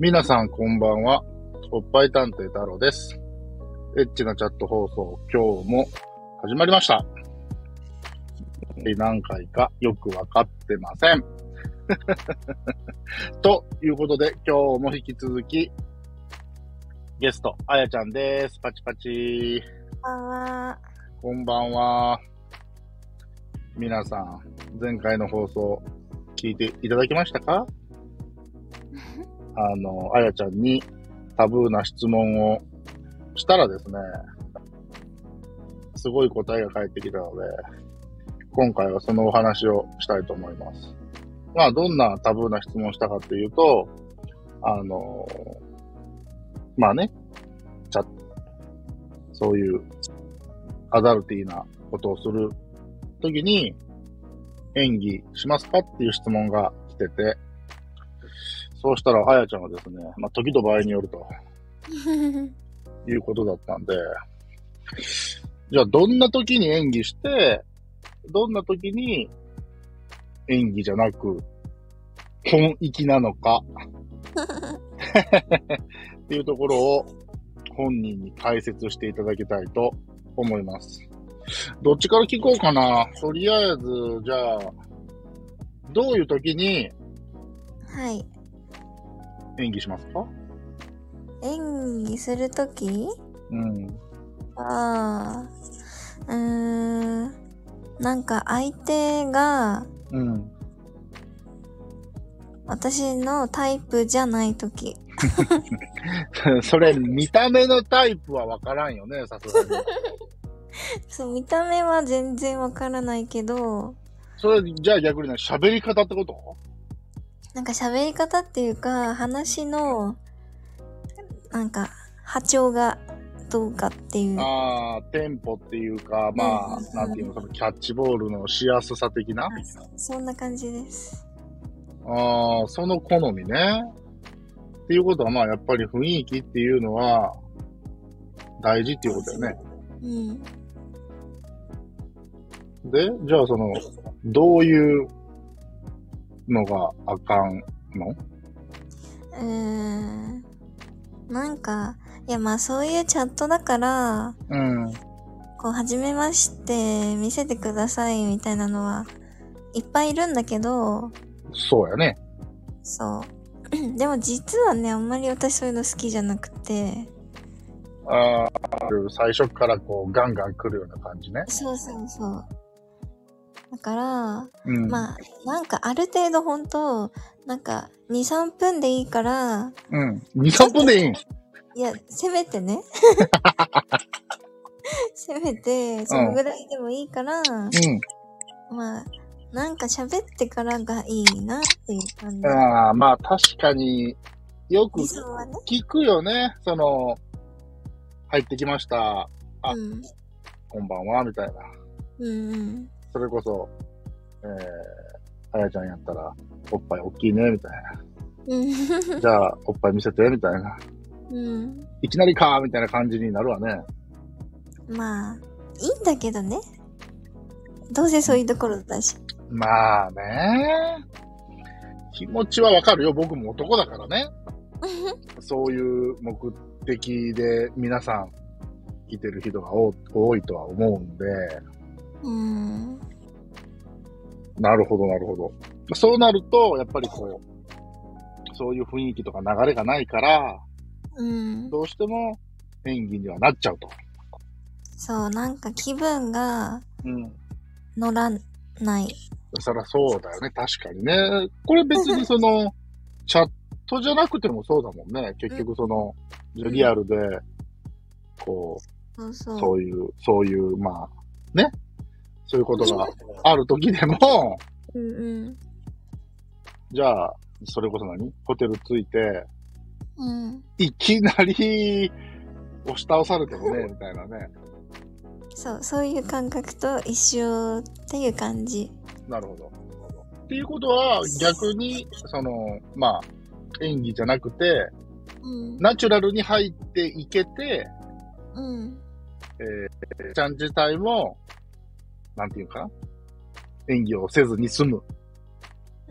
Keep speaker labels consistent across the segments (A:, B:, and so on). A: 皆さんこんばんは。おっぱい探偵太郎です。エッチなチャット放送、今日も始まりました。で何回かよくわかってません。 ということで、今日も引き続き、ゲスト、あやちゃんです。パチパチ。
B: こんばんは。
A: こんばんは。皆さん、前回の放送、聞いていただきましたかあの、あやちゃんにタブーな質問をしたらですね、すごい答えが返ってきたので、今回はそのお話をしたいと思います。まあ、どんなタブーな質問をしたかっていうと、あの、まあね、チャット、そういうアダルティーなことをするときに演技しますかっていう質問が来てて、そうしたら、あやちゃんはですね、まあ、時と場合によるということだったんで、じゃあ、どんな時に演技して、どんな時に演技じゃなく、本域なのか、っていうところを本人に解説していただきたいと思います。どっちから聞こうかな。とりあえず、じゃあ、どういう時に
B: はい。
A: 演技しますか
B: 演技するとき
A: うん。
B: ああ。うーん。なんか相手が
A: うん。
B: 私のタイプじゃないとき。
A: それ、見た目のタイプはわからんよね、さす がに。
B: そう、見た目は全然わからないけど、
A: それ、じゃあ逆にね喋り方ってこと
B: なんか喋り方っていうか、話の、なんか、波長がどうかっていう。
A: ああ、テンポっていうか、まあ
B: うん、
A: なんていうの、そのキャッチボールのしやすさ的な。
B: そんな感じです。
A: ああ、その好みね。っていうことは、まあ、やっぱり雰囲気っていうのは、大事っていうことだよね。
B: うん。
A: で、じゃあその、どういうのがあかんの
B: うーん。なんか、いやまあそういうチャットだから、
A: うん。
B: こう、はじめまして、見せてくださいみたいなのは、いっぱいいるんだけど、
A: そうやね。
B: そう。 でも実はね、あんまり私そういうの好きじゃなくて、
A: ああ、最初からこう、ガンガン来るような感じね。
B: そうそうそう。だから、
A: うん。
B: まあ、なんかある程度本当なんか、2、3分でいいから、
A: うん。2、3分でいいん。
B: いや、せめ てね。 せめて、そのぐらいでもいいから、
A: うん。
B: まあ、なんか喋ってからがいいなっていう感じ。
A: ああ、まあ確かによく
B: 理想はね。
A: 聞くよね。その、入ってきました。あ
B: うん。
A: こんばんは、みたいな。
B: うんうん。
A: それこそ、えー、あやちゃんやったら、おっぱい大きいね、みたいな。じゃあ、おっぱい見せて、みたいな。
B: うん。
A: いきなりか、みたいな感じになるわね。
B: まあ、いいんだけどね。どうせそういうところだし。
A: まあね。気持ちはわかるよ。僕も男だからね。そういう目的で皆さん来てる人が多多いとは思うんで、
B: うん。
A: なるほど、なるほど。そうなると、やっぱりこう、そういう雰囲気とか流れがないから、
B: うん。
A: どうしても演技にはなっちゃうと。
B: そう、なんか気分が
A: うん。
B: 乗らない。
A: そりゃそうだよね。確かにね。これ別にその、チャットじゃなくてもそうだもんね。結局その、
B: ん
A: リアルで、こ
B: そう
A: う、
B: そ。
A: そうういう、そういう、まあ、ね。そういうことがある時でも、
B: うん
A: じゃあ、それこそ何ホテル着いて、
B: うん。うん。
A: いきなり、押し倒されても ね、みたいなね。
B: そう、そういう感覚と一緒っていう感じ。
A: なるほど。っていうことは、逆に、その、まあ、演技じゃなくて、
B: うん。
A: ナチュラルに入っていけて、
B: うん。
A: ちゃん自体も、なんていうかな演技をせずに済む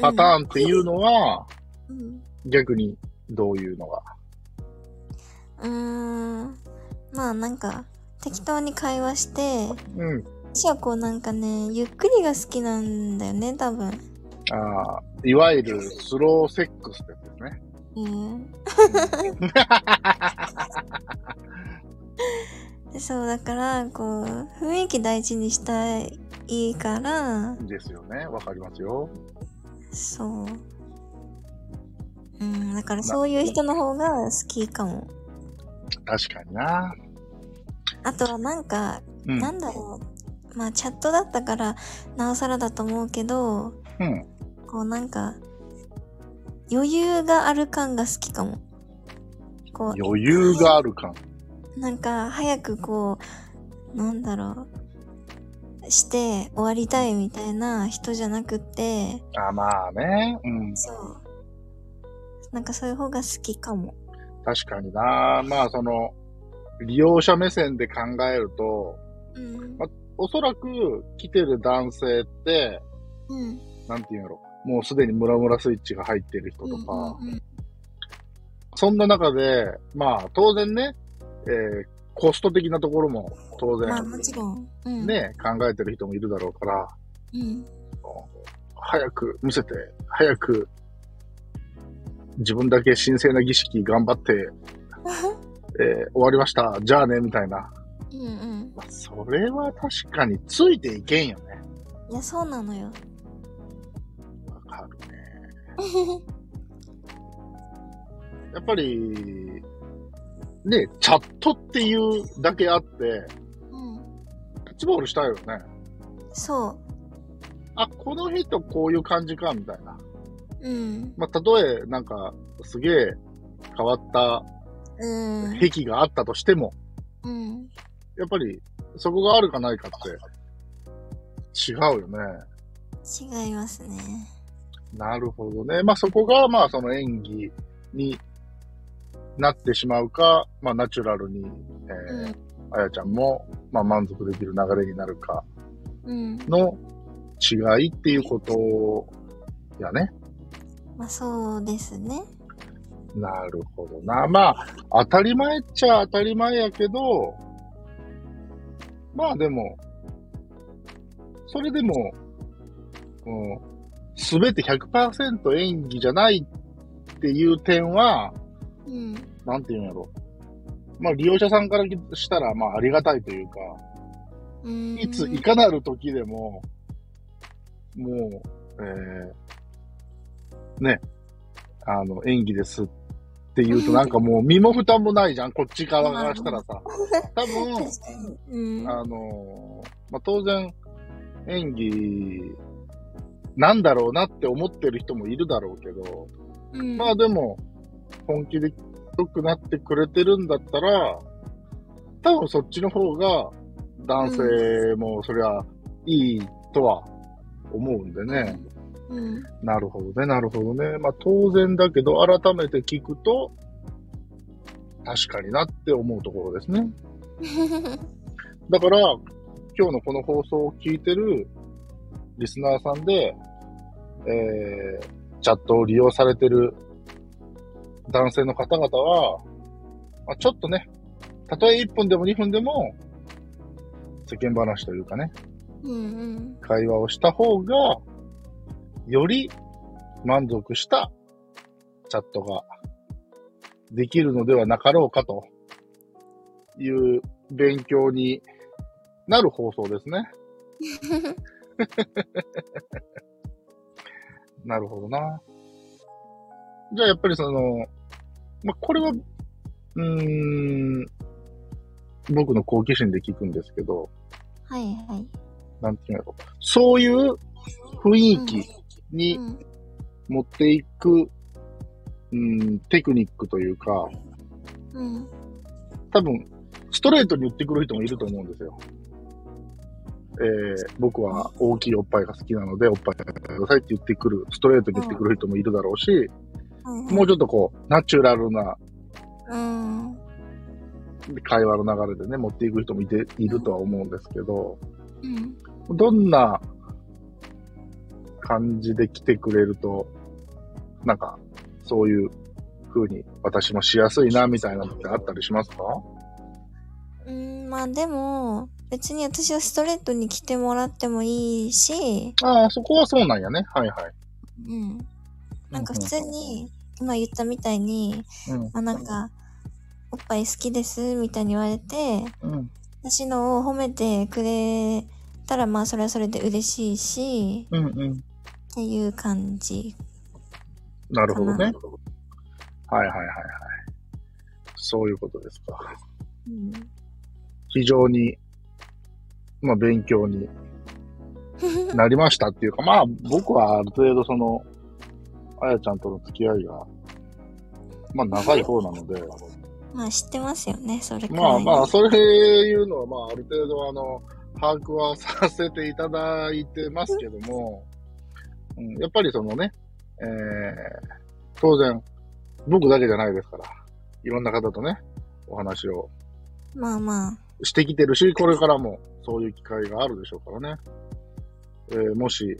A: パターンっていうのは、
B: うん。
A: 逆にどういうのが。
B: うーん。まあなんか、適当に会話して、
A: うん。
B: 私はこうなんかね、ゆっくりが好きなんだよね、多分。
A: ああ、いわゆるスローセックスってやつですね。
B: え ー、そう、だから、こう、雰囲気大事にしたいから、
A: ですよね。わかりますよ。
B: そう。うん、だからそういう人の方が好きかも。
A: 確かにな。
B: あとはなんか、
A: うん。
B: なんだろう。まあ、チャットだったから、なおさらだと思うけど、
A: うん。
B: こうなんか、余裕がある感が好きかも。こ
A: 余裕がある感。
B: う、なんか、早くこう、なんだろう。して、終わりたいみたいな人じゃなくって、
A: あ、まあね。うん。
B: そう。なんかそういう方が好きかも。
A: 確かにな。まあ、その、利用者目線で考えると、
B: うん。
A: おそらく来てる男性って、
B: うん。
A: なんていうんやろ。もうすでにムラムラスイッチが入ってる人とか、
B: うんうんうん
A: そんな中で、まあ、当然ね、えーコスト的なところも当然、
B: まあもちろん。うん。。
A: ね、考えてる人もいるだろうから、
B: うん。
A: 早く見せて、早く、自分だけ神聖な儀式頑張って、えー終わりました。じゃあね、みたいな。
B: うんうん。
A: まあ、それは確かについていけんよね。
B: いや、そうなのよ。
A: わかるね。やっぱり、ね、チャットっていうだけあって、
B: うん。
A: キャッチボールしたいよね。
B: そ
A: あ、この人こういう感じか、みたいな。
B: う。うん。
A: まあ、たとえ、なんか、すげえ変わった
B: うん。
A: 癖があったとしても、
B: うん。
A: やっぱり、そこがあるかないかって、違うよね。
B: 違いますね。
A: なるほどね。まあ、そこが、まあ、その演技になってしまうか、まあ、ナチュラルに、えー
B: う
A: あやちゃんも、まあ、満足できる流れになるか
B: ん。うん。
A: の違いっていうことやね。
B: まあそうですね。
A: なるほどな。まあ、当たり前っちゃ当たり前やけど、まあでも、それでも、すべて100%演技じゃないっていう点は、
B: うん。
A: なんていうんやろ。まあ利用者さんからしたら、まあありがたいというか、
B: うん。
A: いつ、いかなる時でも、もう、えー、ね、あの、演技ですって言うとなんかもう身も蓋もないじゃん、こっち側からしたらさ。多 分、
B: 確かに。うん。
A: あのーまあ、当然、演技、なんだろうなって思ってる人もいるだろうけど、
B: うん
A: まあでも、本気で良くなってくれてるんだったら、多分そっちの方が男性もそりゃいいとは思うんでね。
B: うん。
A: なるほどね、なるほどね。まあ当然だけど、改めて聞くと、確かになって思うところですね。だから、今日のこの放送を聞いてるリスナーさんで、えー、チャットを利用されてる男性の方々は、まあ、ちょっとね、たとえ1分でも2分でも、世間話というかね、
B: うんうん。
A: 会話をした方が、より満足したチャットができるのではなかろうかという勉強になる放送ですね。なるほどな。じゃあやっぱりその、まあ、これは、うーん、僕の好奇心で聞くんですけど、
B: はいはい。
A: なんていうんやろ。そういう雰囲気に
B: うん
A: 持っていく、うん、テクニックというか、
B: うん。
A: 多分、ストレートに言ってくる人もいると思うんですよ。えー僕は大きいおっぱいが好きなので、おっぱいくださいって言ってくる、ストレートに言ってくる人もいるだろうし、
B: はいはい
A: もうちょっとこう、ナチュラルな
B: うん。
A: 会話の流れでね、持っていく人もいているとは思うんですけど、
B: うん。
A: どんな感じで来てくれると、なんか、そういう風に私もしやすいな、みたいなのってあったりしますか
B: うん、まあでも、別に私はストレートに来てもらってもいいし、
A: ああ、そこはそうなんやね。はいはい。
B: うん。なんか普通に、今言ったみたいに、
A: うん。
B: まあなんか、おっぱい好きです、みたいに言われて、
A: うん。
B: 私のを褒めてくれたら、まあそれはそれで嬉しいし、
A: うんうん。
B: っていう感じ。
A: なるほどね。は
B: ない
A: はいはいはい。そういうことですか。
B: うん。
A: 非常に、まあ、勉強になりましたっていうか、まあ、僕はある程度その、あやちゃんとの付き合いが、まあ、長い方なので、
B: まあ知ってますよね、それくらい
A: まあ
B: は。
A: まあ、そういうのは、まあ、ある程度、あの、把握はさせていただいてますけども、うん、やっぱりそのね、えー、当然、僕だけじゃないですから、いろんな方とね、お話を
B: まあまあ。
A: してきてるし、これからもそういう機会があるでしょうからね。えーもし、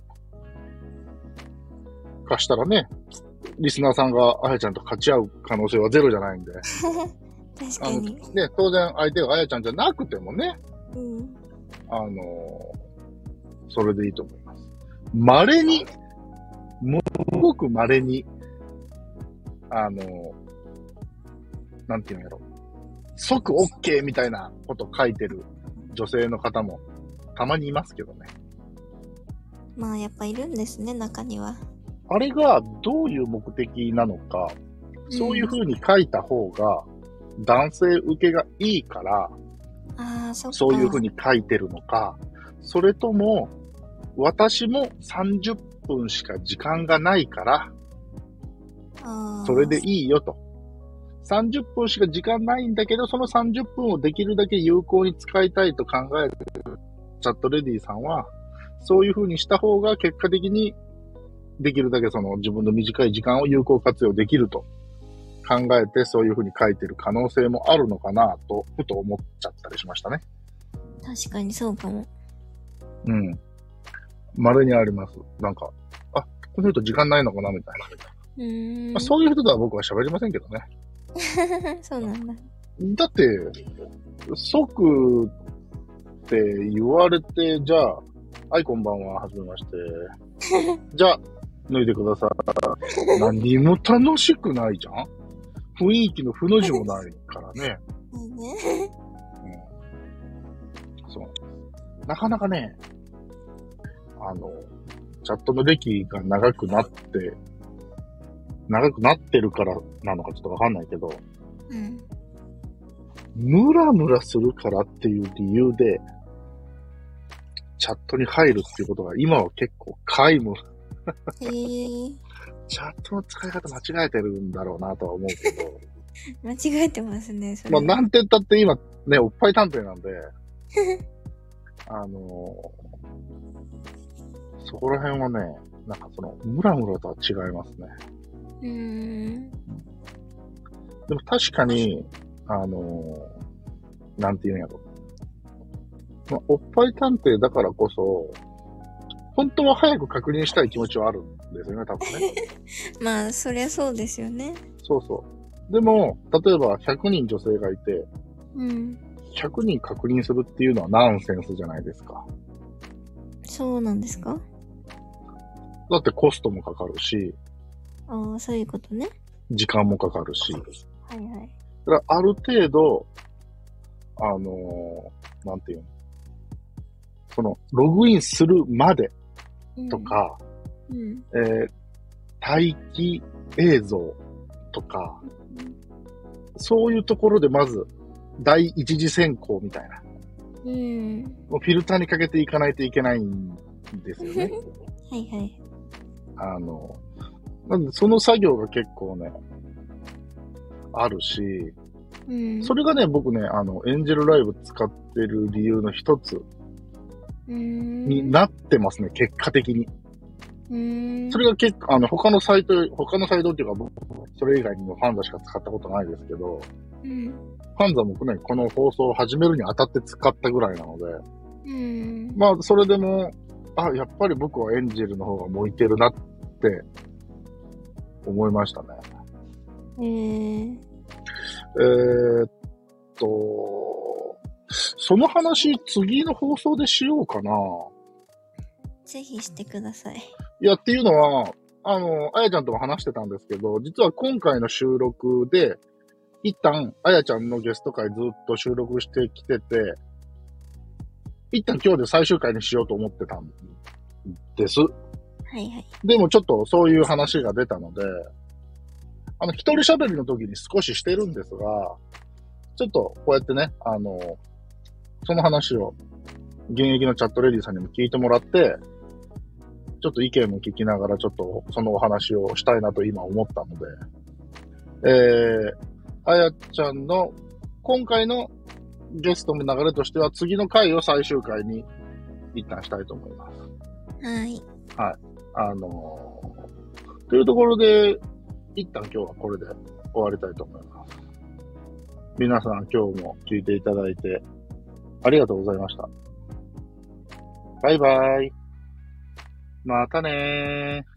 A: かしたらね、リスナーさんがあやちゃんと勝ち合う可能性はゼロじゃないんで。
B: 確
A: あ
B: か
A: の
B: に。
A: ね、当然相手があやちゃんじゃなくてもね、
B: うん。
A: あのーそれでいいと思います。稀に、ものすごく稀に、あのーなんていうんやろ、即 OK みたいなこと書いてる女性の方もたまにいますけどね。
B: まあやっぱいるんですね、中には。
A: あれがどういう目的なのか、そういう風に書いた方が男性受けがいいから、
B: ああ、そっか。
A: そういうふうに書いてるのか、それとも、私も30分しか時間がないから、
B: あー
A: それでいいよと。30分しか時間ないんだけど、その30分をできるだけ有効に使いたいと考えてるチャットレディさんは、そういうふうにした方が結果的に、できるだけその自分の短い時間を有効活用できると考えて、そういうふうに書いてる可能性もあるのかなと、ふと思っちゃったりしましたね。
B: 確かにそうかも。
A: うん。稀にあります。なんか、あ、この人時間ないのかなみたいな。
B: うーん。
A: まあ、そういう人とは僕は喋りませんけどね。
B: そうなんだ。
A: だって、即って言われて、じゃあ、はい、こんばんは、はじめまして。じゃあ、脱いでください。何も楽しくないじゃん雰囲気の負の字もないからね。
B: いいね。
A: そう。なかなかね、あの、チャットの歴が長くなって、長くなってるからなのかちょっとわかんないけど、
B: うん。
A: ムラムラするからっていう理由で、チャットに入るっていうことが今は結構皆無。
B: へえ。
A: チャットの使い方間違えてるんだろうなとは思うけど。
B: 間違えてますね、それ。
A: まあ、なんて言ったって今、ね、おっぱい探偵なんで、あのーそこら辺はね、なんかその、ムラムラとは違いますね。
B: うーん。
A: でも確かに、あのーなんて言うんやろ。まあ、おっぱい探偵だからこそ、本当は早く確認したい気持ちはあるんですよね、多分ね。
B: まあ、そりゃそうですよね。
A: そうそう。でも、例えば100人女性がいて、
B: うん。
A: 100人確認するっていうのはナンセンスじゃないですか。
B: そうなんですか
A: だってコストもかかるし、
B: ああ、そういうことね。
A: 時間もかかるし。だ
B: はいはい。
A: からある程度、あのーなんていうのその、ログインするまで
B: うん
A: と。か、
B: うん。
A: えー待機映像とか、そういうところでまず、第一次選考みたいな、
B: うん。
A: フィルターにかけていかないといけないんですよね。
B: はいはい。
A: あの、なんでその作業が結構ね、あるし、
B: うん。
A: それがね、僕ね、あの、エンジェルライブ使ってる理由の一つ
B: うーん。
A: になってますね、結果的に。
B: うーん。
A: それが結構、あの、他のサイト、他のサイトっていうか、僕、それ以外にもファンザしか使ったことないですけど、
B: うん。
A: ファンザもね、この放送を始めるにあたって使ったぐらいなので、
B: うん。
A: まあ、それでも、あ、やっぱり僕はエンジェルの方が向いてるなって、思いましたね。
B: ええー、
A: えーっと、その話、次の放送でしようかな。
B: ぜひしてください。
A: いや、っていうのは、あの、あやちゃんとも話してたんですけど、実は今回の収録で、一旦、あやちゃんのゲスト会ずっと収録してきてて、一旦今日で最終回にしようと思ってたんです。
B: はいはい。
A: でもちょっとそういう話が出たので、あの、一人喋りの時に少ししてるんですが、ちょっとこうやってね、あの、その話を現役のチャットレディさんにも聞いてもらって、ちょっと意見も聞きながら、ちょっとそのお話をしたいなと今思ったので、えー、あやちゃんの今回のゲストの流れとしては、次の回を最終回に一旦したいと思います。
B: はい。
A: あのーというところで、一旦今日はこれで終わりたいと思います。皆さん今日も聞いていただいてありがとうございました。バイバイ。またねー。